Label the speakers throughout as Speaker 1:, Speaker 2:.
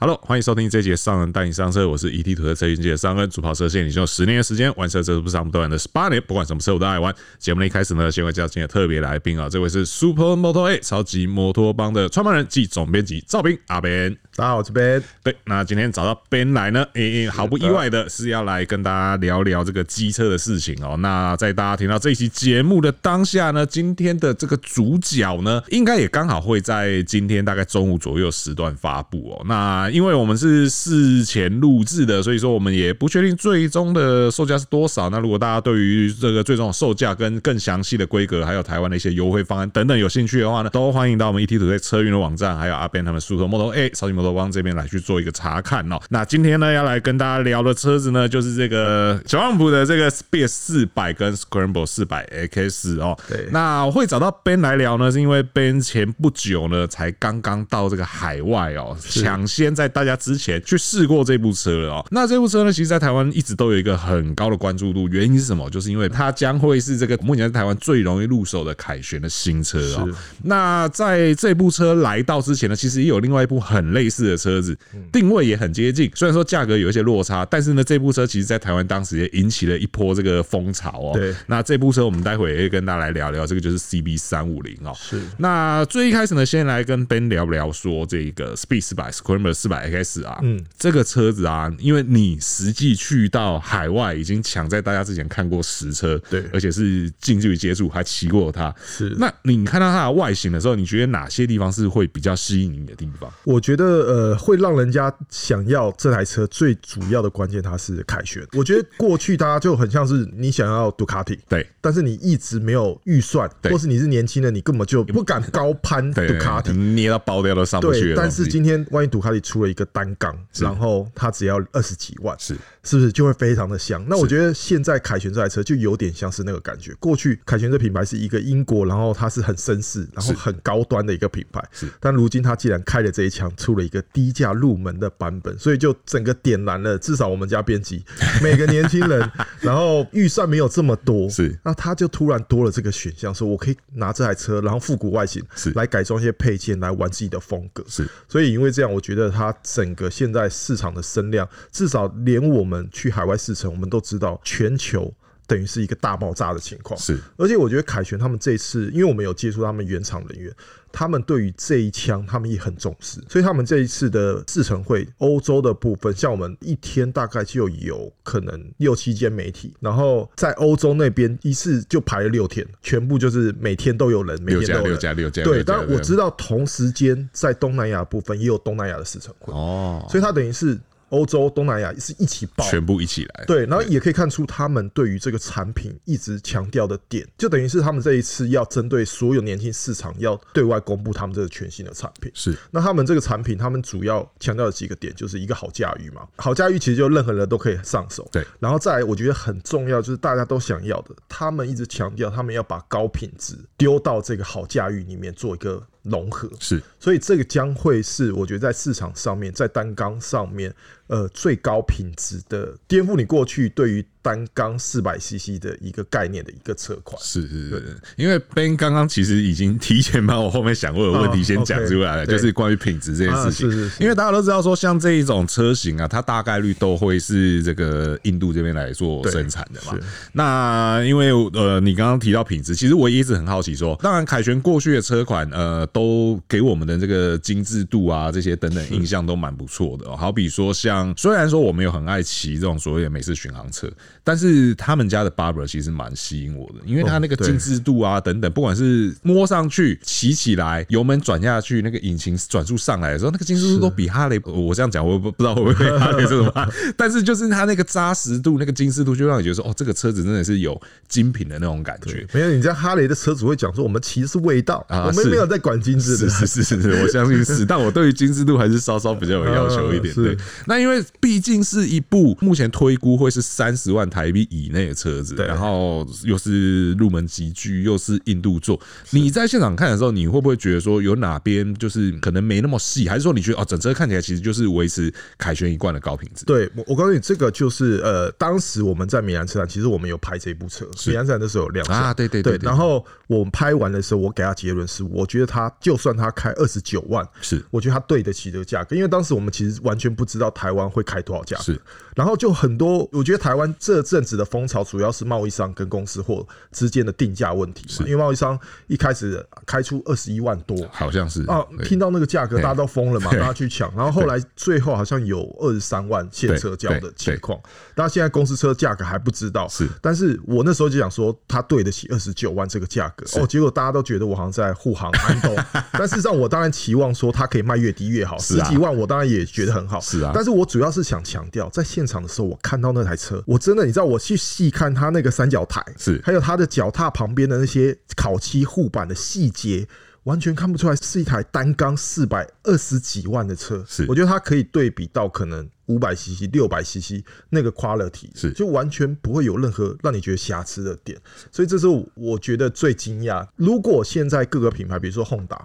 Speaker 1: Hello，欢迎收听这一节上恩带你上车，我是 ET 土车车云界的上恩，主跑车线已经有十年的时间，玩车这不上不短的十八年，不管什么车我都爱玩。节目的一开始呢，先会介绍今天的特别来宾啊，这位是 Super Moto A 超级摩托帮的创办人暨总编辑赵斌阿 Ben。
Speaker 2: 大家好，我是 Ben。
Speaker 1: 对，那今天找到 Ben 来呢，诶、毫不意外的是要来跟大家聊聊这个机车的事情哦。那在大家听到这一期节目的当下呢，今天的这个主角呢，应该也刚好会在今天大概中午左右时段发布哦。那因为我们是事前录制的，所以说我们也不确定最终的售价是多少。那如果大家对于这个最终的售价跟更详细的规格，还有台湾的一些优惠方案等等有兴趣的话呢，都欢迎到我们 ET 土队车运的网站，还有阿 Ben 他们 Super Moto A 超级摩托帮这边来去做一个查看哦。那今天呢，要来跟大家聊的车子呢，就是这个小旺普的这个 Speed 四百跟 Scramble 四百 X 哦。
Speaker 2: 对
Speaker 1: 那我会找到 Ben 来聊呢，是因为 Ben 前不久呢才刚刚到这个海外哦，抢先在大家之前去试过这部车了哦。那这部车呢，其实在台湾一直都有一个很高的关注度，原因是什么？就是因为它将会是这个目前在台湾最容易入手的凯旋的新车哦。那在这部车来到之前呢，其实也有另外一部很类似的车子，定位也很接近，虽然说价格有一些落差，但是呢，这部车其实在台湾当时也引起了一波这个风潮哦。
Speaker 2: 对
Speaker 1: 那这部车我们待会也会跟大家来聊聊，这个就是 CB 三五零哦。
Speaker 2: 是
Speaker 1: 那最一开始呢，先来跟 Ben 聊聊说这个 Speed 四百 Screamer 四百 X 啊，嗯，这个车子啊，因为你实际去到海外已经抢在大家之前看过实车，
Speaker 2: 对
Speaker 1: 而且是近距离接触，还骑过它。
Speaker 2: 是
Speaker 1: 那你看到它的外形的时候，你觉得哪些地方是会比较吸引你的地方？
Speaker 2: 我觉得呃，会让人家想要这台车最主要的关键，它是凯旋。我觉得过去大家就很像是你想要杜卡迪，
Speaker 1: 对，
Speaker 2: 但是你一直没有预算，
Speaker 1: 对
Speaker 2: 或是你是年轻人，你根本就不敢高攀
Speaker 1: 对，
Speaker 2: 杜卡迪。
Speaker 1: 捏到爆掉都上不去
Speaker 2: 对，
Speaker 1: 的
Speaker 2: 但
Speaker 1: 东
Speaker 2: 是
Speaker 1: 西。
Speaker 2: 今天万一杜卡迪出了一个单缸，然后它只要二十几万，
Speaker 1: 是
Speaker 2: 是不是就会非常的香？那我觉得现在凯旋这台车就有点像是那个感觉。过去凯旋这品牌是一个英国，然后它是很绅士，然后很高端的一个品牌。
Speaker 1: 是
Speaker 2: 但如今它既然开了这一枪，出了一个低价入门的版本，所以就整个点燃了至少我们家 编辑每个年轻人，然后预算没有这么多，
Speaker 1: 是
Speaker 2: 那他就突然多了这个选项，说我可以拿这台车，然后复古外形
Speaker 1: 是
Speaker 2: 来改装一些配件，来玩自己的风格。
Speaker 1: 是
Speaker 2: 所以因为这样，我觉得它整个现在市场的声量，至少连我们去海外市场，我们都知道全球。等于是一个大爆炸的情况，
Speaker 1: 是
Speaker 2: 而且我觉得凯旋他们这一次，因为我们有接触他们原厂人员，他们对于这一枪他们也很重视，所以他们这一次的试乘会，欧洲的部分，像我们一天大概就有可能六七间媒体，然后在欧洲那边一次就排了六天，全部就是每天都有人，每
Speaker 1: 六
Speaker 2: 天
Speaker 1: 加
Speaker 2: 都有
Speaker 1: 六
Speaker 2: 人。
Speaker 1: 加六加，
Speaker 2: 对，
Speaker 1: 六加
Speaker 2: 但
Speaker 1: 六加
Speaker 2: 我知道同时间在东南亚部分也有东南亚的市场会，
Speaker 1: 哦，
Speaker 2: 所以它等于是欧洲、东南亚是一起爆。
Speaker 1: 全部一起来。
Speaker 2: 对，然后也可以看出他们对于这个产品一直强调的点，就等于是他们这一次要针对所有年轻市场，要对外公布他们这个全新的产品。
Speaker 1: 是
Speaker 2: 那他们这个产品，他们主要强调的几个点，就是一个好驾驭嘛，好驾驭其实就任何人都可以上手。
Speaker 1: 对，
Speaker 2: 然后再来，我觉得很重要就是大家都想要的，他们一直强调他们要把高品质丢到这个好驾驭里面做一个融合。
Speaker 1: 是
Speaker 2: 所以这个将会是我觉得在市场上面，在单缸上面，呃，最高品质的颠覆你过去对于单缸四百 CC 的一个概念的一个车款。
Speaker 1: 是是是，因为 Ben 刚刚其实已经提前把我后面想过的问题
Speaker 2: 哦
Speaker 1: 先
Speaker 2: OK，
Speaker 1: 讲出来了，
Speaker 2: 对
Speaker 1: 就是关于品质这件事情。
Speaker 2: 啊是是是
Speaker 1: 因为大家都知道说，像这一种车型啊，它大概率都会是这个印度这边来做生产的嘛
Speaker 2: 是。
Speaker 1: 那因为呃，你刚刚提到品质，其实我也一直很好奇说，当然凯旋过去的车款，呃，都给我们的这个精致度啊，这些等等印象都蛮不错的、哦。好比说像，虽然说我没有很爱骑这种所谓的美式巡航车，但是他们家的 Barber 其实蛮吸引我的，因为它那个
Speaker 2: 哦对
Speaker 1: 精致度啊等等，不管是摸上去、骑起来、油门转下去、那个引擎转速上来的时候，那个精致度都比哈雷，呃我这样讲我不不知道会不会被哈雷这种骂， 但是就是它那个扎实度、那个精致度，就让你觉得说，哦，这个车子真的是有精品的那种感觉。
Speaker 2: 没有，你在哈雷的车主会讲说，我们骑的是味道，
Speaker 1: 啊
Speaker 2: 我们
Speaker 1: 是
Speaker 2: 没有在管精致
Speaker 1: 是
Speaker 2: 的。
Speaker 1: 是是是是，我相信 是，但我对于精致度还是稍稍比较有要求一点。
Speaker 2: 嗯
Speaker 1: 对
Speaker 2: 是，
Speaker 1: 那因为毕竟是一部目前推估会是三十万万台币以内的车子，
Speaker 2: 对
Speaker 1: 然后又是入门级距，又是印度座。你在现场看的时候，你会不会觉得说有哪边就是可能没那么细，还是说你觉得哦，整车看起来其实就是维持凯旋一贯的高品质？
Speaker 2: 对，我我告诉你，这个就是呃，当时我们在米兰车展，其实我们有拍这部车，米兰车展那时候有亮相
Speaker 1: 啊对对对
Speaker 2: 对
Speaker 1: 对
Speaker 2: 然后我们拍完的时候，我给他结论是，我觉得他就算他开二十九万，
Speaker 1: 是
Speaker 2: 我觉得他对得起这个价格，因为当时我们其实完全不知道台湾会开多少价格
Speaker 1: 是，
Speaker 2: 然后就很多，我觉得台湾这阵子的风潮主要是贸易商跟公司货之间的定价问题嘛，因为贸易商一开始开出二十一万多。
Speaker 1: 好像是
Speaker 2: 啊，
Speaker 1: 对
Speaker 2: 听到那个价格，大家都疯了嘛，
Speaker 1: 对
Speaker 2: 大家去抢，然后后来最后好像有二十三万现车交
Speaker 1: 对
Speaker 2: 的
Speaker 1: 对
Speaker 2: 情况，但现在公司车价格还不知道，
Speaker 1: 是
Speaker 2: 但是我那时候就想说，他对得起二十九万这个价格哦，结果大家都觉得我好像在护航安 斗，但事实上我当然期望说它可以卖越低越好，
Speaker 1: 是
Speaker 2: 十
Speaker 1: 啊
Speaker 2: 几万我当然也觉得很好，
Speaker 1: 是啊
Speaker 2: 但是我主要是想强调，在现场的时候，我看到那台车，我真的你知道，我去细看它那个三角台，
Speaker 1: 是
Speaker 2: 还有它的脚踏旁边的那些烤漆护板的细节。完全看不出来是一台单缸四百二十几万的车，
Speaker 1: 是
Speaker 2: 我觉得它可以对比到可能五百 CC、六百 CC 那个 quality，
Speaker 1: 是
Speaker 2: 就完全不会有任何让你觉得瑕疵的点，所以这是我觉得最惊讶。如果现在各个品牌，比如说 Honda，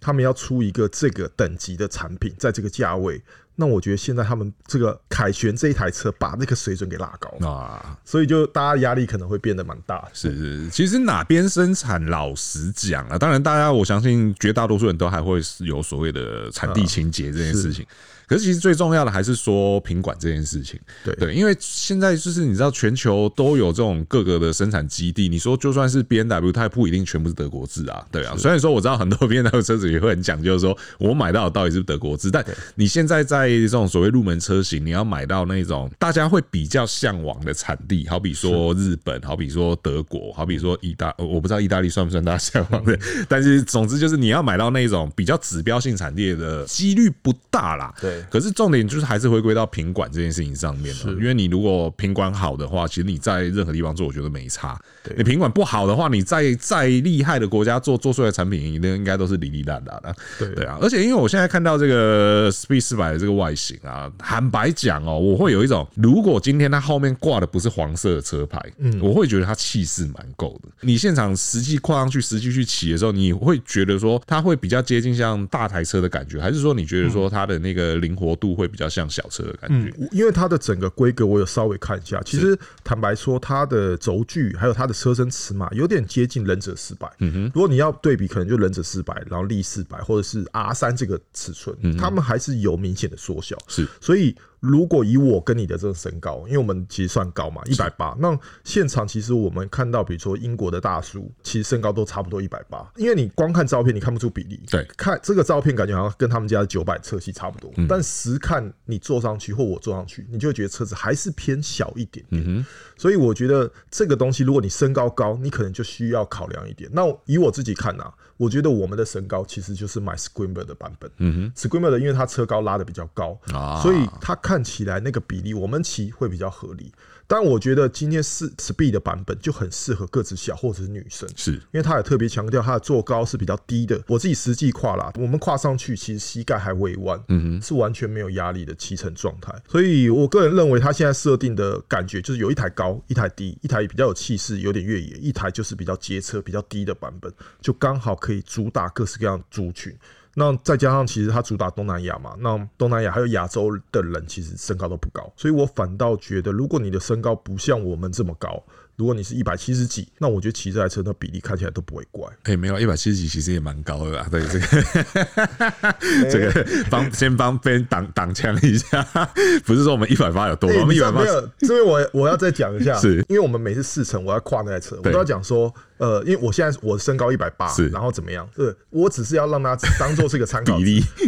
Speaker 2: 他们要出一个这个等级的产品，在这个价位，那我觉得现在他们这个凯旋这一台车把那个水准给拉高，
Speaker 1: 啊，
Speaker 2: 所以就大家压力可能会变得蛮大。
Speaker 1: 是是，是其实哪边生产，老实讲啊，当然大家我相信绝大多数人都还会是有所谓的产地情节这件事情。可是其实最重要的还是说品管这件事情，
Speaker 2: 对
Speaker 1: 对，因为现在就是你知道全球都有这种各个的生产基地，你说就算是 B N W，它也不一定全部是德国制啊，对啊。虽然说我知道很多 B N W 车子也会很讲究说我买到的到底是不是德国制，但你现在在这种所谓入门车型，你要买到那种大家会比较向往的产地，好比说日本，好比说德国，好比说意大，呃我不知道意大利算不算大家向往的， 但是总之就是你要买到那种比较指标性产地的几率不大啦。
Speaker 2: 对
Speaker 1: 可是重点就是还是回归到品管这件事情上面啊了，因为你如果品管好的话，其实你在任何地方做，我觉得没差。你品管不好的话，你再再厉害的国家做做出来的产品，应该应该都是哩哩啦啦的。
Speaker 2: 对
Speaker 1: 对啊，而且因为我现在看到这个 Speed 四百的这个外形啊，坦白讲哦，我会有一种，如果今天它后面挂的不是黄色的车牌，嗯，我会觉得它气势蛮够的。你现场实际跨上去、实际去骑的时候，你会觉得说它会比较接近像大台车的感觉，还是说你觉得说它的那个灵活度会比较像小车的感觉？
Speaker 2: 我因为它的整个规格，我有稍微看一下。其实坦白说，它的轴距还有它的车身尺码有点接近忍者四百。嗯哼，如果你要对比，可能就忍者四百，然后力四百或者是 R 三这个尺寸，他们还是有明显的缩小。
Speaker 1: 是，
Speaker 2: 所以如果以我跟你的这个身高，因为我们其实算高嘛，一百八。那现场其实我们看到，比如说英国的大叔，其实身高都差不多一百八，因为你光看照片，你看不出比例。
Speaker 1: 对
Speaker 2: 看这个照片，感觉好像跟他们家的九百车系差不多，但实看你坐上去或我坐上去，你就会觉得车子还是偏小一点点。所以我觉得这个东西，如果你身高高，你可能就需要考量一点。那以我自己看啊，我觉得我们的身高其实就是买 Screamer 的版本。嗯哼，Screamer 的因为它车高拉的比较高，
Speaker 1: 啊
Speaker 2: 所以它看起来那个比例我们骑会比较合理。但我觉得今天是 Speed 的版本就很适合个子小或者是女生。
Speaker 1: 是
Speaker 2: 因为他也特别强调他的坐高是比较低的。我自己实际跨啦，我们跨上去其实膝盖还微弯，嗯是完全没有压力的骑乘状态。所以我个人认为他现在设定的感觉就是有一台高，一台低，一台比较有气势，有点越野，一台就是比较街车、比较低的版本，就刚好可以主打各式各样的族群。那再加上，其实它主打东南亚嘛，那东南亚还有亚洲的人其实身高都不高，所以我反倒觉得，如果你的身高不像我们这么高，如果你是一百七十几，那我觉得骑这台车的比例看起来都不会怪。
Speaker 1: 哎、没有，一百七十几其实也蛮高的啦。啊对这个， 这个帮先帮别人挡挡枪一下， 不是说我们一百八有多高，我
Speaker 2: 欸
Speaker 1: 们
Speaker 2: 你
Speaker 1: 一
Speaker 2: 知
Speaker 1: 百
Speaker 2: 道
Speaker 1: 八
Speaker 2: 没有，这边我我要再讲一下，
Speaker 1: 是
Speaker 2: 因为我们每次试乘，我要跨那台车，我
Speaker 1: 对
Speaker 2: 都要讲说，呃，因为我现在我身高一百八
Speaker 1: 是，
Speaker 2: 然后怎么样？对，我只是要让他当做是个参考
Speaker 1: 比例，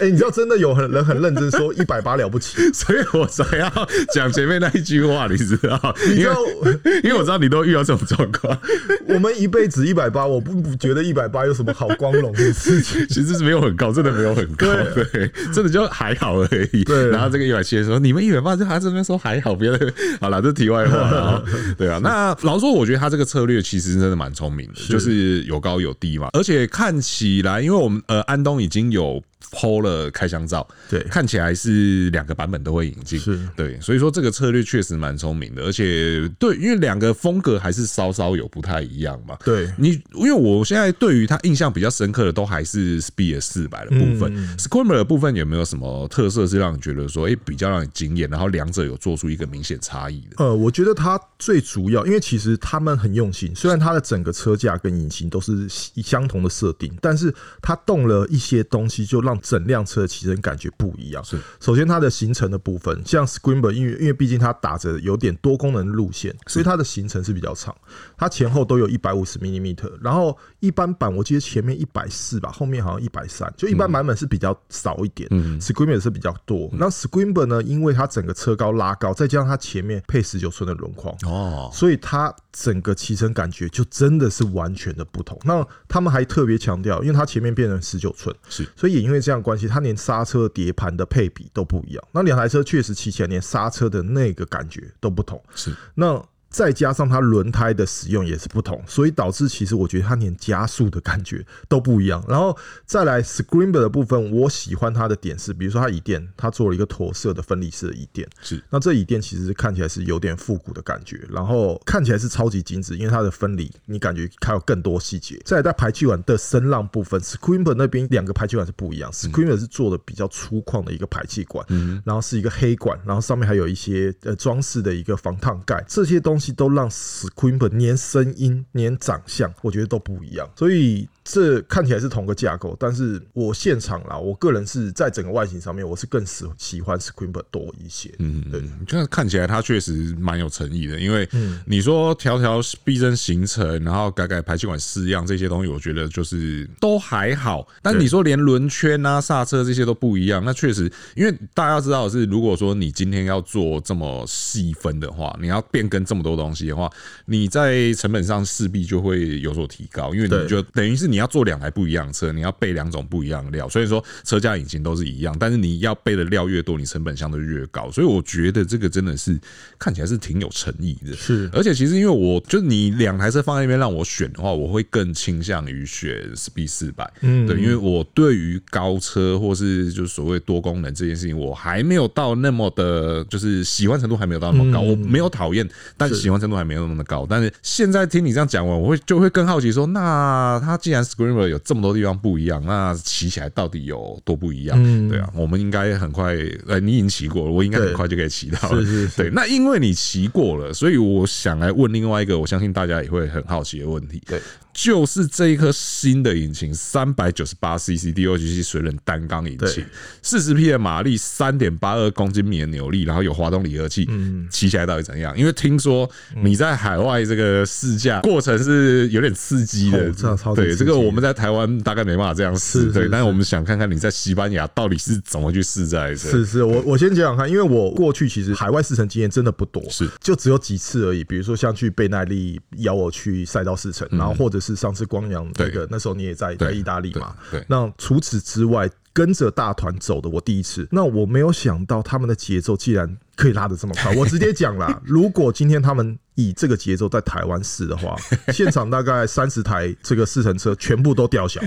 Speaker 2: 哎、你知道真的有很人很认真说 一百八了不起，
Speaker 1: 所以我才要讲前面那一句话，你知道？
Speaker 2: 你
Speaker 1: 因
Speaker 2: 知
Speaker 1: 为
Speaker 2: 道
Speaker 1: 因为我知道你都遇到这种状况，
Speaker 2: 我们一辈子一百八，我不不觉得一百八有什么好光荣的事情。
Speaker 1: 其实是没有很高，真的没有很高，对，真的就还好而已。
Speaker 2: 对
Speaker 1: 然后这个一百七说，你们一百八就还在那边说还好，别人 好了，这题外话 了哦。对啊，那老实说，我觉得他这个策略其实真的蛮聪明的，就是有高有低嘛，而且看起来，因为我们呃安东已经有。 PO 了开箱照，
Speaker 2: 对
Speaker 1: 看起来是两个版本都会引进，
Speaker 2: 是
Speaker 1: 对，所以说这个策略确实蛮聪明的，而且对，因为两个风格还是稍稍有不太一样嘛。
Speaker 2: 对
Speaker 1: 你因为我现在对于他印象比较深刻的都还是 Spear 四百的部分、s q u i m e r 的部分有没有什么特色是让你觉得说，哎、比较让你惊艳，然后两者有做出一个明显差异的？
Speaker 2: 呃，我觉得它最主要，因为其实他们很用心，虽然它的整个车架跟引擎都是相同的设定，但是它动了一些东西，就让整辆车的骑乘感觉不一样。
Speaker 1: 是，
Speaker 2: 首先它的行程的部分，像 Screamer，因为因为毕竟它打着有点多功能路线，所以它的行程是比较长，它前后都有一百五十 m i m 然后一般版我记得前面一百四吧，后面好像一百三，就一般版本是比较少一点、s c r e a m e r 是比较多。那 Screamer 呢，因为它整个车高拉高，再加上它前面配十九寸的轮框，
Speaker 1: 哦，
Speaker 2: 所以它整个骑乘感觉就真的是完全的不同。那他们还特别强调，因为它前面变成十九寸，
Speaker 1: 是，
Speaker 2: 所以也因为这样的关系，它连刹车碟盘的配比都不一样。那两台车确实骑起来连刹车的那个感觉都不同。
Speaker 1: 是，
Speaker 2: 那再加上它轮胎的使用也是不同，所以导致其实我觉得它连加速的感觉都不一样。然后再来 Screamer 的部分，我喜欢它的点是，比如说它椅垫，它做了一个驼色的分离式的椅垫，
Speaker 1: 是
Speaker 2: 那这椅垫其实看起来是有点复古的感觉，然后看起来是超级精致，因为它的分离，你感觉还有更多细节。再来在排气管的声浪部分，Screamer 那边两个排气管是不一样，Screamer 是做的比较粗犷的一个排气管，然后是一个黑管，然后上面还有一些呃装饰的一个防烫盖，这些东西都让 Screamer 连声音、连长相，我觉得都不一样，所以。这看起来是同个架构，但是我现场啦，我个人是在整个外形上面，我是更喜喜欢 Screamer 多一些。嗯，对。
Speaker 1: 就是看起来它确实蛮有诚意的，因为
Speaker 2: 嗯
Speaker 1: 你说条条逼真行程，然后改改排气管式样这些东西，我觉得就是都还好。但
Speaker 2: 对
Speaker 1: 你说连轮圈啊、刹车这些都不一样，那确实，因为大家知道的是，如果说你今天要做这么细分的话，你要变更这么多东西的话，你在成本上势必就会有所提高，因为你
Speaker 2: 对
Speaker 1: 就等于是你要做两台不一样的车，你要备两种不一样的料，所以说车架引擎都是一样，但是你要备的料越多，你成本相对越高，所以我觉得这个真的是看起来是挺有诚意的。
Speaker 2: 是
Speaker 1: 而且其实因为我就是你两台车放在那边让我选的话，我会更倾向于选 Speed 四百，嗯，对，因为我对于高车或是就是所谓多功能这件事情，我还没有到那么的，就是喜欢程度还没有到那么高，我没有讨厌，但喜欢程度还没有那么高。但是现在听你这样讲完，我会就会更好奇说，那它既然 Screamer 有这么多地方不一样，那骑起来到底有多不一样？对
Speaker 2: 嗯
Speaker 1: 啊，我们应该很快，呃，你已经骑过了，我应该很
Speaker 2: 对
Speaker 1: 快就可以骑到了。
Speaker 2: 是是是
Speaker 1: 对，那因为你骑过了，所以我想来问另外一个，我相信大家也会很好奇的问题。
Speaker 2: 对，
Speaker 1: 就是这一颗新的引擎，三百九十八 CC DOHC 水冷单缸引擎
Speaker 2: 对，
Speaker 1: 四十匹的马力，三点八二公斤米的扭力，然后有滑动离合器，
Speaker 2: 嗯
Speaker 1: 骑起来到底怎样？因为听说你在海外这个试驾过程是有点刺激的
Speaker 2: 哦这样，超级
Speaker 1: 对
Speaker 2: 刺
Speaker 1: 这
Speaker 2: 激
Speaker 1: 个我们在台湾大概没办法这样试，
Speaker 2: 是
Speaker 1: 对，
Speaker 2: 是
Speaker 1: 但是我们想看看你在西班牙到底是怎么去试这台车，
Speaker 2: 是是，我我先讲讲看，因为我过去其实海外试乘经验真的不多，
Speaker 1: 是
Speaker 2: 就只有几次而已。比如说像去贝奈利邀我去赛道试乘，然后或者是上次光阳那
Speaker 1: 嗯对
Speaker 2: 个那时候你也在
Speaker 1: 对
Speaker 2: 在意大利嘛
Speaker 1: 对对，
Speaker 2: 那除此之外。跟着大团走的，我第一次。那我没有想到他们的节奏竟然可以拉得这么快。 我直接讲啦，如果今天他们以这个节奏在台湾试 的话，现场大概三十台这个试乘车全部都吊销，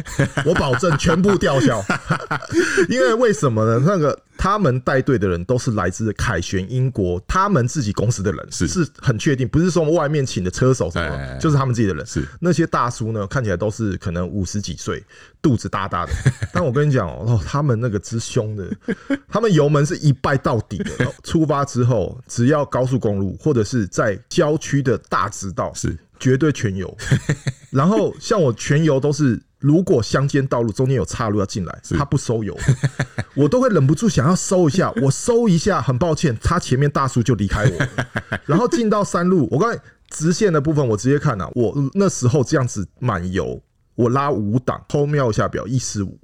Speaker 2: 我保证全部吊 销。因为为什么呢？那个他们带队的人都是来自凯旋英国，他们自己公司的人
Speaker 1: 是
Speaker 2: 很确定，不是说外面请的车手什
Speaker 1: 哎哎哎
Speaker 2: 么，就是他们自己的人。
Speaker 1: 是
Speaker 2: 那些大叔呢，看起来都是可能五十几岁，肚子大大的。但我跟你讲哦，哦他们那个之凶的，他们油门是一拜到底的。然后出发之后，只要高速公路或者是在郊区的大直道，
Speaker 1: 是
Speaker 2: 绝对全油。然后像我全油都是，如果乡间道路中间有岔路要进来，他不收油， 我都会忍不住想要收一下。我收一下，很抱歉，他前面大叔就离开我了。然后进到山路，我刚才直线的部分我直接看了、啊，我嗯那时候这样子满油。我拉五档，偷瞄一下表，一四五，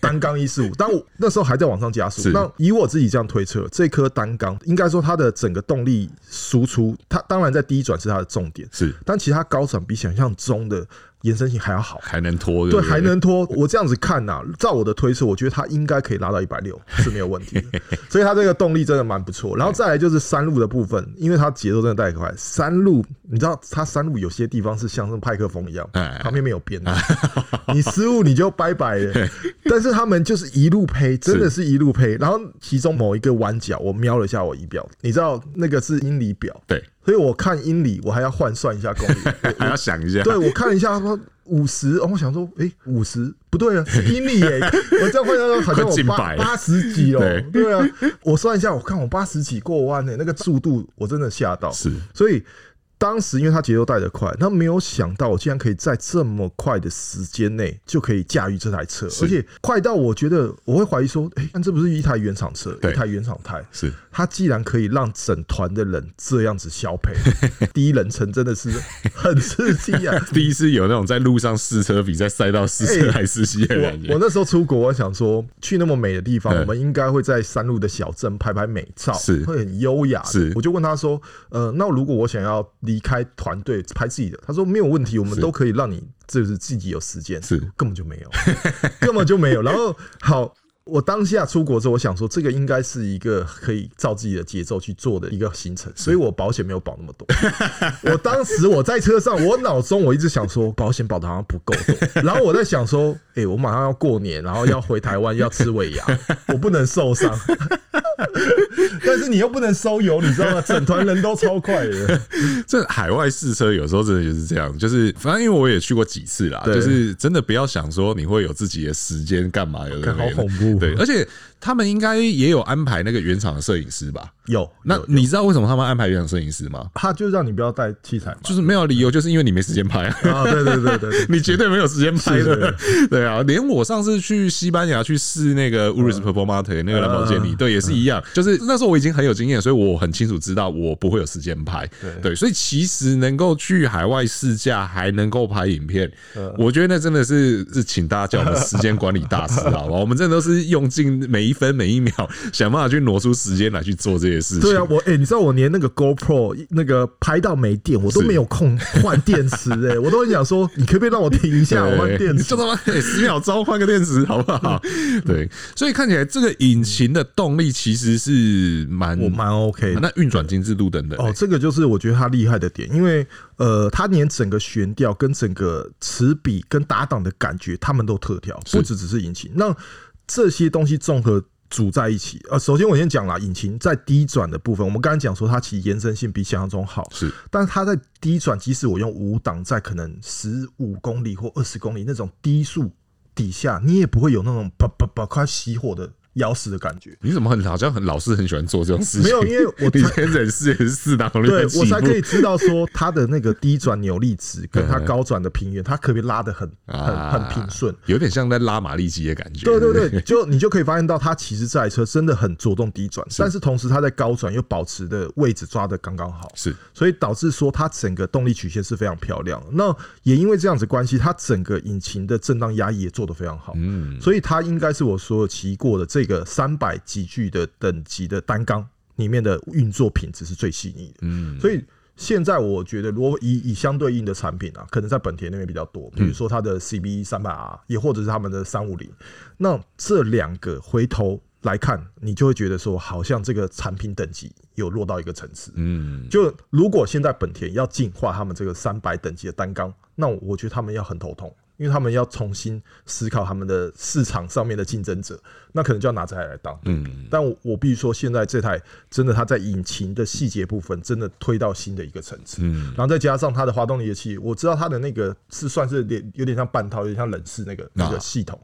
Speaker 2: 单缸一四五。但我那时候还在往上加速
Speaker 1: 是。
Speaker 2: 那以我自己这样推测，这颗单缸应该说它的整个动力输出，它当然在第一转是它的重点，
Speaker 1: 是
Speaker 2: 但其实它高转比想象中的延伸性还要好。
Speaker 1: 还能拖，
Speaker 2: 对，
Speaker 1: 不
Speaker 2: 还能拖。我这样子看呐、照我的推测，我觉得他应该可以拉到一百 六是没有问题的。所以他这个动力真的蛮不错。然后再来就是山路的部分，因为他节奏真的带得快。山路，你知道他山路有些地方是像那种派克风一样
Speaker 1: 哎，
Speaker 2: 旁边没有边的， 你失误你就拜拜 了。但是他们就是一路配，真的是一路配。然后其中某一个弯角，我瞄了一下我仪表，你知道那个是英里表，
Speaker 1: 对，
Speaker 2: 所以我看英里，我还要换算一下公里。 我
Speaker 1: 还要想一下，
Speaker 2: 对，我看了一下，他说五十，哦，我想说，诶五十不对啊，是英里耶！我这样换算好像
Speaker 1: 快
Speaker 2: 我
Speaker 1: 近
Speaker 2: 八
Speaker 1: 百了
Speaker 2: 八十几哦
Speaker 1: 对，
Speaker 2: 对啊，我算一下，我看我八十几过弯呢，那个速度我真的吓到，
Speaker 1: 是
Speaker 2: 所以。当时因为他节奏带得快，他没有想到我竟然可以在这么快的时间内就可以驾驭这台车，
Speaker 1: 是
Speaker 2: 而且快到我觉得我会怀疑说，哎、但这不是一台原厂车，
Speaker 1: 对
Speaker 2: 一台原厂胎，
Speaker 1: 是，
Speaker 2: 他既然可以让整团的人这样子消 配，第一人称真的是很刺激 啊！
Speaker 1: 第一次有那种在路上试车比在赛道试车
Speaker 2: 哎
Speaker 1: 还试戏的感
Speaker 2: 我
Speaker 1: 觉，
Speaker 2: 我那时候出国，我想说去那么美的地方，
Speaker 1: 嗯
Speaker 2: 我们应该会在山路的小镇拍拍美照，
Speaker 1: 是
Speaker 2: 会很优雅的。
Speaker 1: 是
Speaker 2: 我就问他说：“呃，那如果我想要离开团队拍自己的，他说没有问题，我们
Speaker 1: 是
Speaker 2: 都可以让你就是自己有时间。”
Speaker 1: 是
Speaker 2: 根本就没有， 根本就没有。然后好。我当下出国之后，我想说这个应该是一个可以照自己的节奏去做的一个行程，所以我保险没有保那么多。 我当时我在车上，我脑中我一直 想说保险保的好像不够多，然后我在想说，哎、我马上要过年，然后要回台湾要吃尾牙，我不能受伤。 但是你又不能收油，你知道吗？整团人都超快 的，
Speaker 1: 这海外试车有时候真的就是这样，就是反正因为我也去过几次啦，
Speaker 2: 对
Speaker 1: 就是真的不要想说你会有自己的时间干嘛，有的
Speaker 2: 看好
Speaker 1: 没的
Speaker 2: 恐怖
Speaker 1: 对，而且他们应该也有安排那个原厂的摄影师吧？
Speaker 2: 有
Speaker 1: 那
Speaker 2: 有
Speaker 1: 你知道为什么他们安排原厂摄影师吗？
Speaker 2: 他就让你不要带器材嘛。
Speaker 1: 就是没有理由，就是因为你没时间拍啊。
Speaker 2: 啊，对对对对对，
Speaker 1: 你绝对没有时间拍
Speaker 2: 是
Speaker 1: 的，对啊，连我上次去西班牙去试那个
Speaker 2: 嗯
Speaker 1: Urus Purple m a t e 那个兰博基尼，对，也是一样，就是那时候我已经很有经验，所以我很清楚知道我不会有时间拍，对，所以其实能够去海外试驾还能够拍影片，
Speaker 2: 嗯
Speaker 1: 我觉得那真的是是请大家叫我们时间管理大师，好吧，我们真的都是用尽每一分每一秒想办法去挪出时间来去做这些事情，
Speaker 2: 对啊，我哎、你知道我连那个 GoPro 那个拍到没电，我都
Speaker 1: 是
Speaker 2: 没有空换电池哎、我都很想说，你可不可以让我停一下，我换电池嗯
Speaker 1: 就？他妈十秒钟换个电池，好不好？对，所以看起来这个引擎的动力其实是蛮
Speaker 2: 我蛮 OK 的。
Speaker 1: 那运转精致度等等、
Speaker 2: 哦，这个就是我觉得它厉害的点，因为呃，它连整个悬吊跟整个齿比跟打档的感觉，他们都特调，不只只是引擎。那这些东西综合。组在一起，呃，首先我先讲啦，引擎在低转的部分，我们刚才讲说它其实延伸性比想象中好，
Speaker 1: 是
Speaker 2: 但是它在低转，即使我用五档，在可能十五公里或二十公里那种低速底下，你也不会有那种叭叭叭快熄火的咬死的感觉。
Speaker 1: 你怎么很好像很老是很喜欢做这种事情？
Speaker 2: 没有因为我
Speaker 1: 你连忍四也是四档轮
Speaker 2: 对
Speaker 1: 的起
Speaker 2: 我才
Speaker 1: 步
Speaker 2: 可以知道说它的那个低转扭力值跟它
Speaker 1: 嗯
Speaker 2: 高转的平原，它可不可以拉得很很
Speaker 1: 啊
Speaker 2: 很平顺？
Speaker 1: 有点像在拉马力机的感觉。
Speaker 2: 对对
Speaker 1: 不
Speaker 2: 对，就你就可以发现到，它其实这台车真的很着重低转，但是同时它在高转又保持的位置抓的刚刚好，
Speaker 1: 是
Speaker 2: 所以导致说它整个动力曲线是非常漂亮的。那也因为这样子关系，它整个引擎的震荡压抑也做得非常好，
Speaker 1: 嗯，
Speaker 2: 所以它应该是我所有骑过的这个三百级距的等级的单缸里面的运作品质是最细腻的。
Speaker 1: 嗯，
Speaker 2: 所以现在我觉得，如果以以相对应的产品啊，可能在本田那边比较多，比如说它的 CB 三百 R，也或者是他们的三五零，那这两个回头来看，你就会觉得说，好像这个产品等级有落到一个层次。
Speaker 1: 嗯，
Speaker 2: 就如果现在本田要进化他们这个三百等级的单缸，那我觉得他们要很头痛，因为他们要重新思考他们的市场上面的竞争者，那可能就要拿这台来当。
Speaker 1: 嗯，
Speaker 2: 但我我必须说，现在这台真的它在引擎的细节部分真的推到新的一个层次。
Speaker 1: 嗯，
Speaker 2: 然后再加上它的滑动离合器，我知道它的那个是算是有点有点像半套，有点像冷式那个那
Speaker 1: 啊
Speaker 2: 个系统。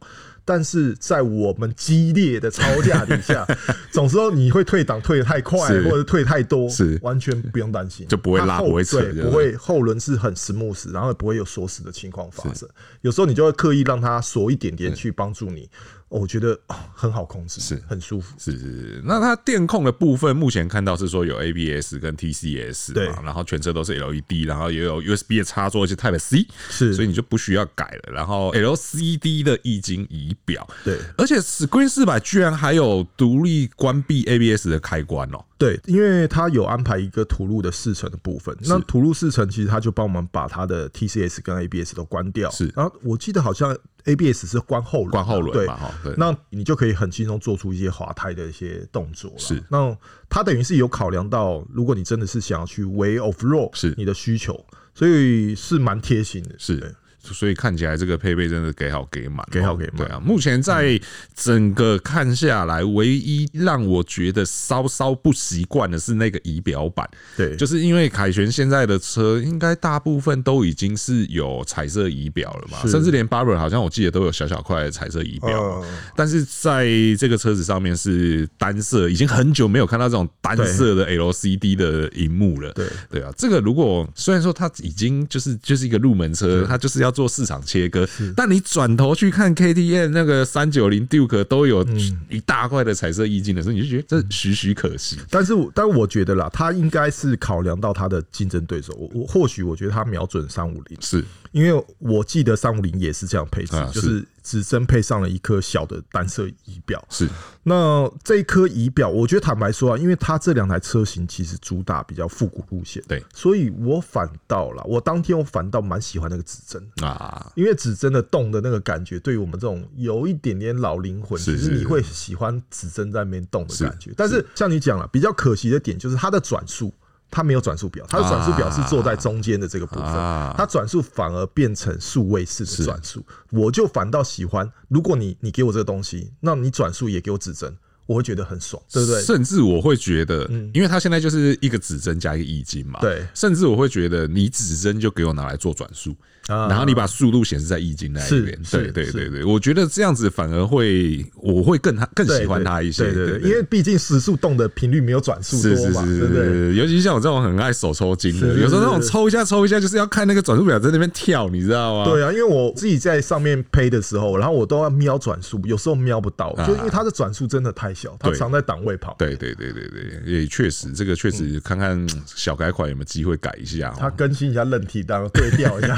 Speaker 2: 但是在我们激烈的吵架底 下，总之你会退档退得太快，
Speaker 1: 是
Speaker 2: 或者退太多，
Speaker 1: 是
Speaker 2: 完全不用担心，
Speaker 1: 就不会拉
Speaker 2: 它后
Speaker 1: 不会扯
Speaker 2: 对
Speaker 1: 对
Speaker 2: 不
Speaker 1: 不对
Speaker 2: 会后轮是很 smooth，然后也不会有锁死的情况发生。有时候你就会刻意让它锁一点点去帮助你。哦，我觉得、哦很好控制，
Speaker 1: 嗯是
Speaker 2: 很舒服。
Speaker 1: 是是是，那它电控的部分，目前看到是说有 ABS 跟 TCS
Speaker 2: 对
Speaker 1: 嘛，然后全车都是 LED，然后也有 USB 的插座，而且 Type C，
Speaker 2: 是
Speaker 1: 所以你就不需要改了。然后 LCD 的液晶仪表，
Speaker 2: 对
Speaker 1: 而且 Screen 四百居然还有独立关闭 ABS 的开关哦、
Speaker 2: 对，因为它有安排一个吐露的四层的部分，那吐露四层其实它就帮我们把它的 TCS 跟 ABS 都关掉，
Speaker 1: 是
Speaker 2: 然后我记得好像 ABS 是关后轮嘛，
Speaker 1: 关
Speaker 2: 啊
Speaker 1: 后轮
Speaker 2: 对
Speaker 1: 嘛，，哈，对，
Speaker 2: 那你就可以很轻松做出一些滑胎的一些动作了。
Speaker 1: 是，
Speaker 2: 那它等于是有考量到，如果你真的是想要去 way of road，
Speaker 1: 是
Speaker 2: 你的需求，所以是蛮贴心的。对
Speaker 1: 是。所以看起来这个配备真的给好给满哦，
Speaker 2: 给好给满
Speaker 1: 对啊，目前在整个看下来，唯一让我觉得稍稍不习惯的是那个仪表板，
Speaker 2: 对，
Speaker 1: 就是是因为凯旋现在的车，应该大部分都已经是有彩色仪表了嘛，
Speaker 2: 是
Speaker 1: 甚至连 Barber 好像我记得都有小小块的彩色仪表嘛。
Speaker 2: 呃，
Speaker 1: 但是在这个车子上面是单色，已经很久没有看到这种单色的 LCD 的荧幕了。
Speaker 2: 对
Speaker 1: 对啊，这个如果虽然说它已经就是就是一个入门车，它就是要做市场切割，但你转头去看 KTM 那个三九零 Duke 都有一大块的彩色意境的时候，你就觉得这徐徐可惜。
Speaker 2: 但是我但我觉得啦，它应该是考量到它的竞争对手。我我或许我觉得它瞄准三五零，
Speaker 1: 是
Speaker 2: 因为我记得三五零也是这样配置
Speaker 1: 啊，
Speaker 2: 就是只增配上了一颗小的单色仪表。
Speaker 1: 是，
Speaker 2: 那这一颗仪表，我觉得坦白说啊，因为它这两台车型其实主打比较复古路线，
Speaker 1: 对，
Speaker 2: 所以我反倒啦，我当天我反倒蛮喜欢那个指针的，
Speaker 1: 啊，
Speaker 2: 因为指针的动的那个感觉，对于我们这种有一点点老灵魂，
Speaker 1: 是
Speaker 2: 其
Speaker 1: 是
Speaker 2: 实你
Speaker 1: 是
Speaker 2: 会喜欢指针在那边动的
Speaker 1: 是
Speaker 2: 感觉。但是像你讲了，比较可惜的点就是它的转速。它没有转速表，它的转速表是坐在中间的这个部分，
Speaker 1: 啊
Speaker 2: 它转速反而变成数位式的转速。我就反倒喜欢，如果你你给我这个东西，那你转速也给我指针，我会觉得很爽，对不对？嗯
Speaker 1: 甚至我会觉得，因为它现在就是一个指针加一个易经嘛，
Speaker 2: 对
Speaker 1: 甚至我会觉得，你指针就给我拿来做转速，
Speaker 2: 啊
Speaker 1: 然后你把速度显示在易经那一边，
Speaker 2: 是
Speaker 1: 对
Speaker 2: 是
Speaker 1: 对
Speaker 2: 是
Speaker 1: 对对，我觉得这样子反而会，我会更更喜欢它一些，
Speaker 2: 对对对，因为毕竟时速动的频率没有转速
Speaker 1: 是
Speaker 2: 多
Speaker 1: 是
Speaker 2: 嘛，
Speaker 1: 是
Speaker 2: 对不对？
Speaker 1: 是，尤其像我这种很爱手抽筋的，
Speaker 2: 是
Speaker 1: 有时候那种
Speaker 2: 是
Speaker 1: 抽一下抽一下，就是要看那个转速表在那边跳，你知道吗？
Speaker 2: 对啊，因为我自己在上面配的时候，然后我都要瞄转速，有时候瞄不到，就因为它的转速真的太小，它
Speaker 1: 啊对
Speaker 2: 藏在档位旁。
Speaker 1: 对对对对对，也确实，这个确
Speaker 2: 嗯
Speaker 1: 实看看小改款有没有机会改一下哦。
Speaker 2: 它更新一下韧体档，对调一 下。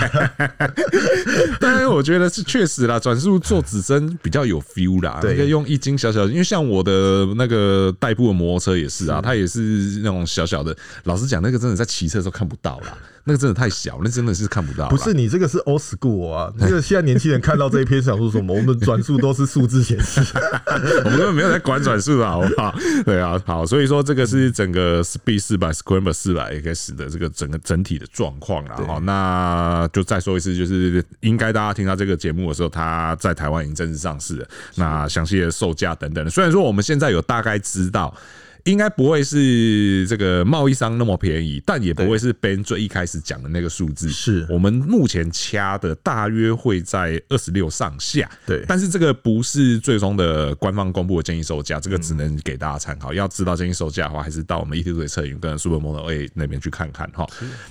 Speaker 1: 当然，我觉得是确实啦，转速做指针比较有 feel 啦。
Speaker 2: 对
Speaker 1: 那个用一斤小小的，因为像我的那个代步的摩托车也是啊，它也是那种小小的。老实讲，那个真的在骑车的时候看不到啦，那个真的太小，那真的是看不到啦。
Speaker 2: 不是你这个是 old school 啊，这个现在年轻人看到这一篇想说什么？我们的转速都是数字显 示。
Speaker 1: 我们根本没有在管转速的好不好？对啊，好，所以说这个是整个 Speed 四百、Scramble 四百 X 的这个整个整体的状况啦。好，那就再说一次，就是应该大家听到这个节目的时候，它在台湾已经正式上市了。那详细的售价等等的，虽然说我们现在有大概知道。应该不会是这个贸易商那么便宜，但也不会是 Ben 最一开始讲的那个数字。
Speaker 2: 是
Speaker 1: 我们目前掐的大约会在二十六上下。
Speaker 2: 对
Speaker 1: 但是这个不是最终的官方公布的建议售价，这个只能给大家参
Speaker 2: 嗯
Speaker 1: 考。要知道建议售价的话，还是到我们 ET 队测影跟 Super Model A 那边去看看哈。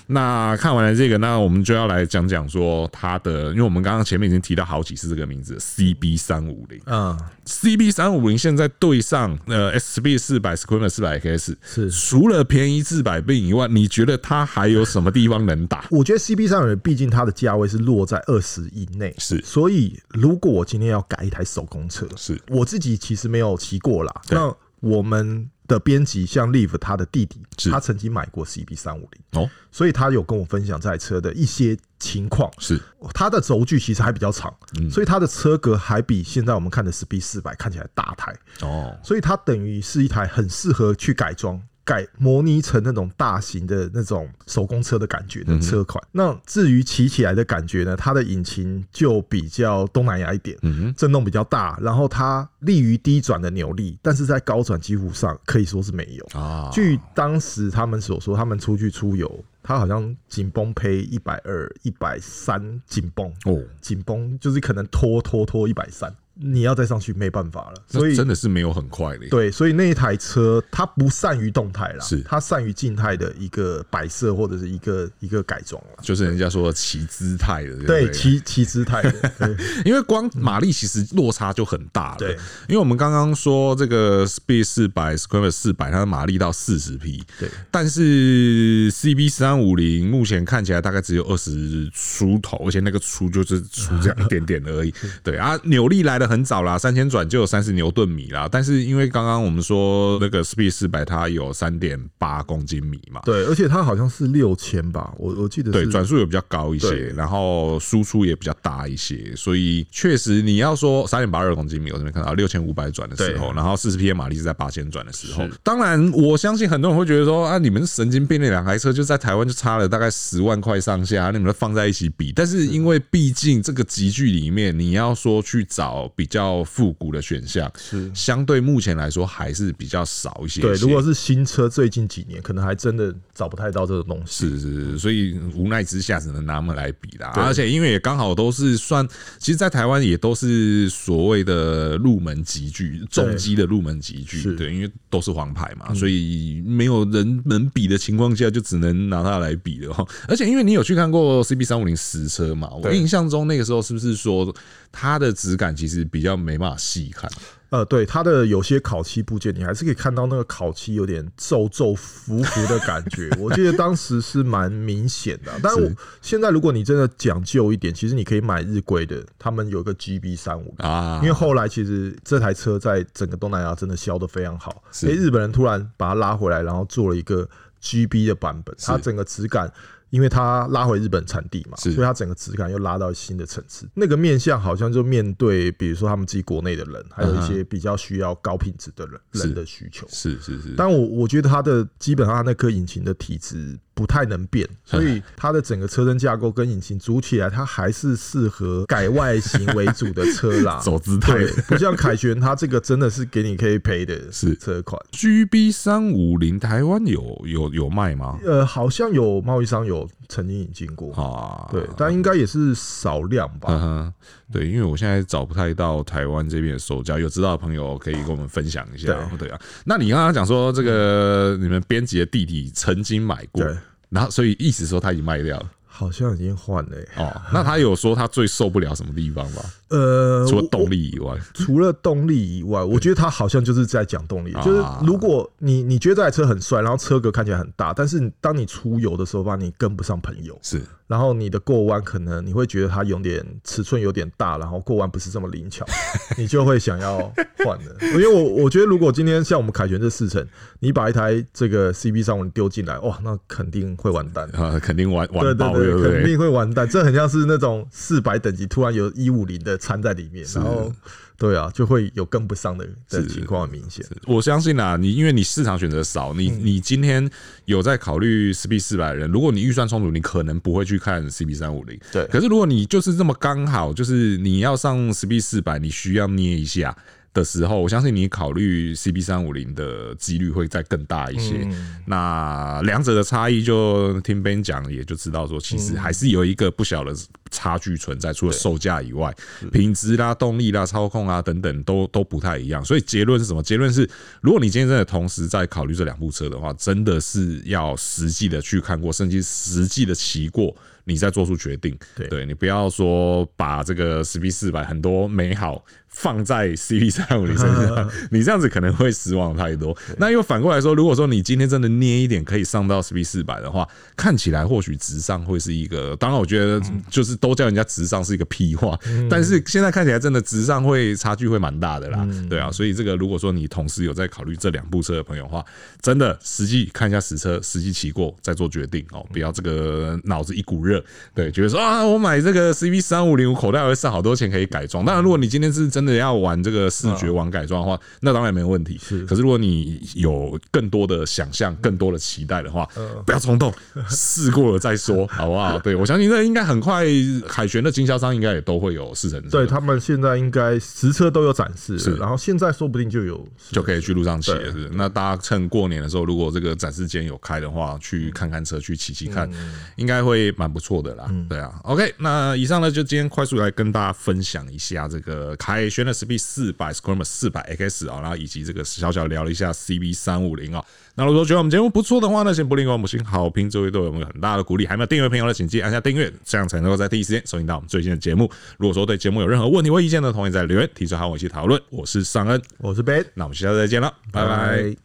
Speaker 1: 那看完了这个，那我们就要来讲讲说它的，因为我们刚刚前面已经提到好几次这个名字 CB 三五零。
Speaker 2: 嗯，
Speaker 1: CB 三五零现在对上呃 SB 四百 Screamer 四百 X，
Speaker 2: 是
Speaker 1: 除了便宜治百病以外，你觉得它还有什么地方能打？
Speaker 2: 我觉得 CB 上面毕竟它的价位是落在二十以内，
Speaker 1: 是
Speaker 2: 所以如果我今天要改一台手工车，
Speaker 1: 是
Speaker 2: 我自己其实没有骑过啦。
Speaker 1: 对
Speaker 2: 那我们的编辑像 Live 他的弟弟
Speaker 1: 是，
Speaker 2: 他曾经买过 CB 三五零。
Speaker 1: 哦，
Speaker 2: 所以他有跟我分享这台车的一些情况。
Speaker 1: 是
Speaker 2: 它的轴距其实还比较长，所以它的车格还比现在我们看的 SB 四百看起来大台，
Speaker 1: 哦，
Speaker 2: 所以它等于是一台很适合去改装。改模拟成那种大型的那种手工车的感觉的车款。那至于骑起来的感觉呢，它的引擎就比较东南亚一点，
Speaker 1: 嗯
Speaker 2: 震动比较大，然后它利于低转的扭力，但是在高转几乎上可以说是没有。
Speaker 1: 哼啊，
Speaker 2: 据当时他们所说，他们出去出游，他好像紧绷配一百二、一百三紧绷，
Speaker 1: 哦
Speaker 2: 紧绷就是可能拖拖拖一百三。你要再上去没办法了，
Speaker 1: 那
Speaker 2: 所以
Speaker 1: 真的是没有很快的。
Speaker 2: 对，所以那一台车它不善于动态啦，
Speaker 1: 是
Speaker 2: 它善于静态的一个摆设或者是一个一个改装啦。
Speaker 1: 就是人家说骑姿态的，对不
Speaker 2: 对，
Speaker 1: 对
Speaker 2: 骑骑姿 态的，对
Speaker 1: 因为光马力其实落差就很大了。
Speaker 2: 对，
Speaker 1: 因为我们刚刚说这个 Speed 四百 s c r a m e r 四百，它的马力到四十匹，
Speaker 2: 对，
Speaker 1: 但是 CB 三五零目前看起来大概只有二十出头，而且那个出就是出这样一点点而 已。对啊，扭力来的很早啦，三千转就有三十牛顿米啦。但是因为刚刚我们说那个 Speed 四百它有三点八公斤米嘛，
Speaker 2: 对，而且它好像是六千吧，我我记得
Speaker 1: 对，
Speaker 2: 是
Speaker 1: 转速也比较高一些
Speaker 2: 对，
Speaker 1: 然后输出也比较大一些，所以确实你要说三点八二公斤米，我这边看到六千五百转的时候，然后四十匹马力是在八千转的时候。当然，我相信很多人会觉得说啊，你们神经病，那两台车就在台湾就差了大概十万块上下，你们放在一起比。但是因为毕竟这个集聚里面，你要说去找比较复古的选项，
Speaker 2: 是
Speaker 1: 相对目前来说还是比较少一些些。
Speaker 2: 对，如果是新车，最近几年可能还真的找不太到这个东西。
Speaker 1: 是是是，所以无奈之下只能拿他们来比啦。
Speaker 2: 对
Speaker 1: 而且因为也刚好都是算，其实，在台湾也都是所谓的入门级距，重机的入门级距，
Speaker 2: 是嗯
Speaker 1: 对，因为都是黄牌嘛，所以没有人能比的情况下，就只能拿它来比了哈。而且因为你有去看过 CB 三五零实车嘛，我
Speaker 2: 对
Speaker 1: 印象中那个时候是不是说它的质感其实比较没办法细看？
Speaker 2: 呃，对，它的有些烤漆部件，你还是可以看到那个烤漆有点皱皱浮浮的感觉。我记得当时是蛮明显的啊、但我
Speaker 1: 是
Speaker 2: 现在如果你真的讲究一点，其实你可以买日规的，他们有一个 GB 三五。
Speaker 1: 啊
Speaker 2: 因为后来其实这台车在整个东南亚真的销得非常好，
Speaker 1: 是
Speaker 2: 所以日本人突然把它拉回来，然后做了一个 GB 的版本，它整个质感。因为它拉回日本产地嘛，
Speaker 1: 是
Speaker 2: 所以它整个质感又拉到新的层次。那个面向好像就面对，比如说他们自己国内的人，还有一些比较需要高品质的人
Speaker 1: 嗯是
Speaker 2: 人的需求。
Speaker 1: 是是是，。
Speaker 2: 但我我觉得它的基本上它那颗引擎的体质不太能变，所以它的整个车身架构跟引擎组起来，它还是适合改外形为主的车 啦
Speaker 1: 走姿态
Speaker 2: 对，不像凯旋，它这个真的是给你可以赔的
Speaker 1: 是
Speaker 2: 车款。
Speaker 1: GB 三五零台湾有有有卖吗？
Speaker 2: 呃，好像有贸易商有曾经引进过，
Speaker 1: 啊，
Speaker 2: 对，但应该也是少量吧。
Speaker 1: 嗯哼，对，因为我现在找不太到台湾这边的售价，有知道的朋友可以跟我们分享一下。对啊，那你刚刚讲说这个你们编辑的弟弟曾经买过
Speaker 2: 嗯对，
Speaker 1: 然后所以意思说他已经卖掉了
Speaker 2: 好像已经换了、欸。
Speaker 1: 哦。那他有说他最受不了什么地方吗？
Speaker 2: 呃，
Speaker 1: 除了
Speaker 2: 我
Speaker 1: 动力以外，
Speaker 2: 除了动力以外，我觉得它好像就是在讲动力
Speaker 1: 啊。
Speaker 2: 就是如果你你觉得这台车很帅，然后车格看起来很大，但是你当你出游的时候，发现你跟不上朋友，
Speaker 1: 是
Speaker 2: 然后你的过弯可能你会觉得它有点尺寸有点大，然后过弯不是这么灵巧， 你就会想要换的。因为我我觉得如果今天像我们凯旋这四成，你把一台这个 CB 三五丢进来，哇，那肯定会完 蛋。
Speaker 1: 啊，肯定玩
Speaker 2: 对
Speaker 1: 玩
Speaker 2: 对
Speaker 1: 爆，对不
Speaker 2: 对，肯
Speaker 1: 对？
Speaker 2: 定会完蛋。这很像是那种四百等级突然有一五零的掺在里面，然后对啊，就会有跟不上的的
Speaker 1: 是
Speaker 2: 情况很明显。
Speaker 1: 我相信啊，你因为你市场选择少，你你今天有在考虑 CB 四百的人，如果你预算充足，你可能不会去看 CB 三五零。
Speaker 2: 对
Speaker 1: 可是如果你就是这么刚好，就是你要上 CB 四百，你需要捏一下。的时候，我相信你考虑 CB 三五零的几率会再更大一
Speaker 2: 嗯
Speaker 1: 些。那两者的差异，就听别人讲也就知道说，其实还是有一个不小的差距存在。除了售价以外，品质啦、动力啦、操控啊等等都都不太一样。所以结论是什么？结论是，如果你今天真的同时在考虑这两部车的话，真的是要实际的去看过，甚至实际的骑过。你再做出决定，
Speaker 2: 对
Speaker 1: 你不要说把这个 CP 四百很多美好放在 CP 三五零身上，你这样子可能会失望太多。那又反过来说，如果说你今天真的捏一点可以上到 CP 四百的话，看起来或许直上会是一个，当然我觉得就是都叫人家直上是一个屁话，但是现在看起来真的直上会差距会蛮大的啦，对啊，所以这个如果说你同时有在考虑这两部车的朋友的话，真的实际看一下实车，实际骑过再做决定
Speaker 2: 嗯
Speaker 1: 哦，不要这个脑子一股热，对，觉得说啊，我买这个 CB 三五零，我口袋会剩好多钱可以改
Speaker 2: 嗯
Speaker 1: 装。当然，如果你今天是真的要玩这个视觉玩改装的话，那当然没问题。
Speaker 2: 是嗯
Speaker 1: 可是如果你有更多的想象、更 多的期待的话，不要冲动，试过了再说，好不好？对我相信那应该很快实凯旋的经销商应该也都会有试乘车，
Speaker 2: 对他们现在应该实车都有展示
Speaker 1: 是
Speaker 2: 了，然后现在说不定就有
Speaker 1: 就可以去路上骑了，
Speaker 2: 对
Speaker 1: 是不是？那大家趁过年的时候，如果这个展示间有开的话，去看看车，去骑骑看，
Speaker 2: 嗯
Speaker 1: 应该会蛮不错的啦。对啊，OK，那以上呢，就今天快速来跟大家分享一下这个凯旋的 Speed 四百 Scrum 四百 X 啊，然后以及这个小小聊了一下 CB 三五零啊。那如果觉得我们节目不错的话呢，请不吝给我们五星好评，这位对我们有很大的鼓励。还没有订阅的朋友呢，请记得按下订阅，这样才能够在第一时间收听到我们最新的节目。如果说对节目有任何问题或意见呢，同意在留言提出，和我一起讨论。我是尚恩，
Speaker 2: 我是 Ben，
Speaker 1: 那我们下次再见了，拜拜。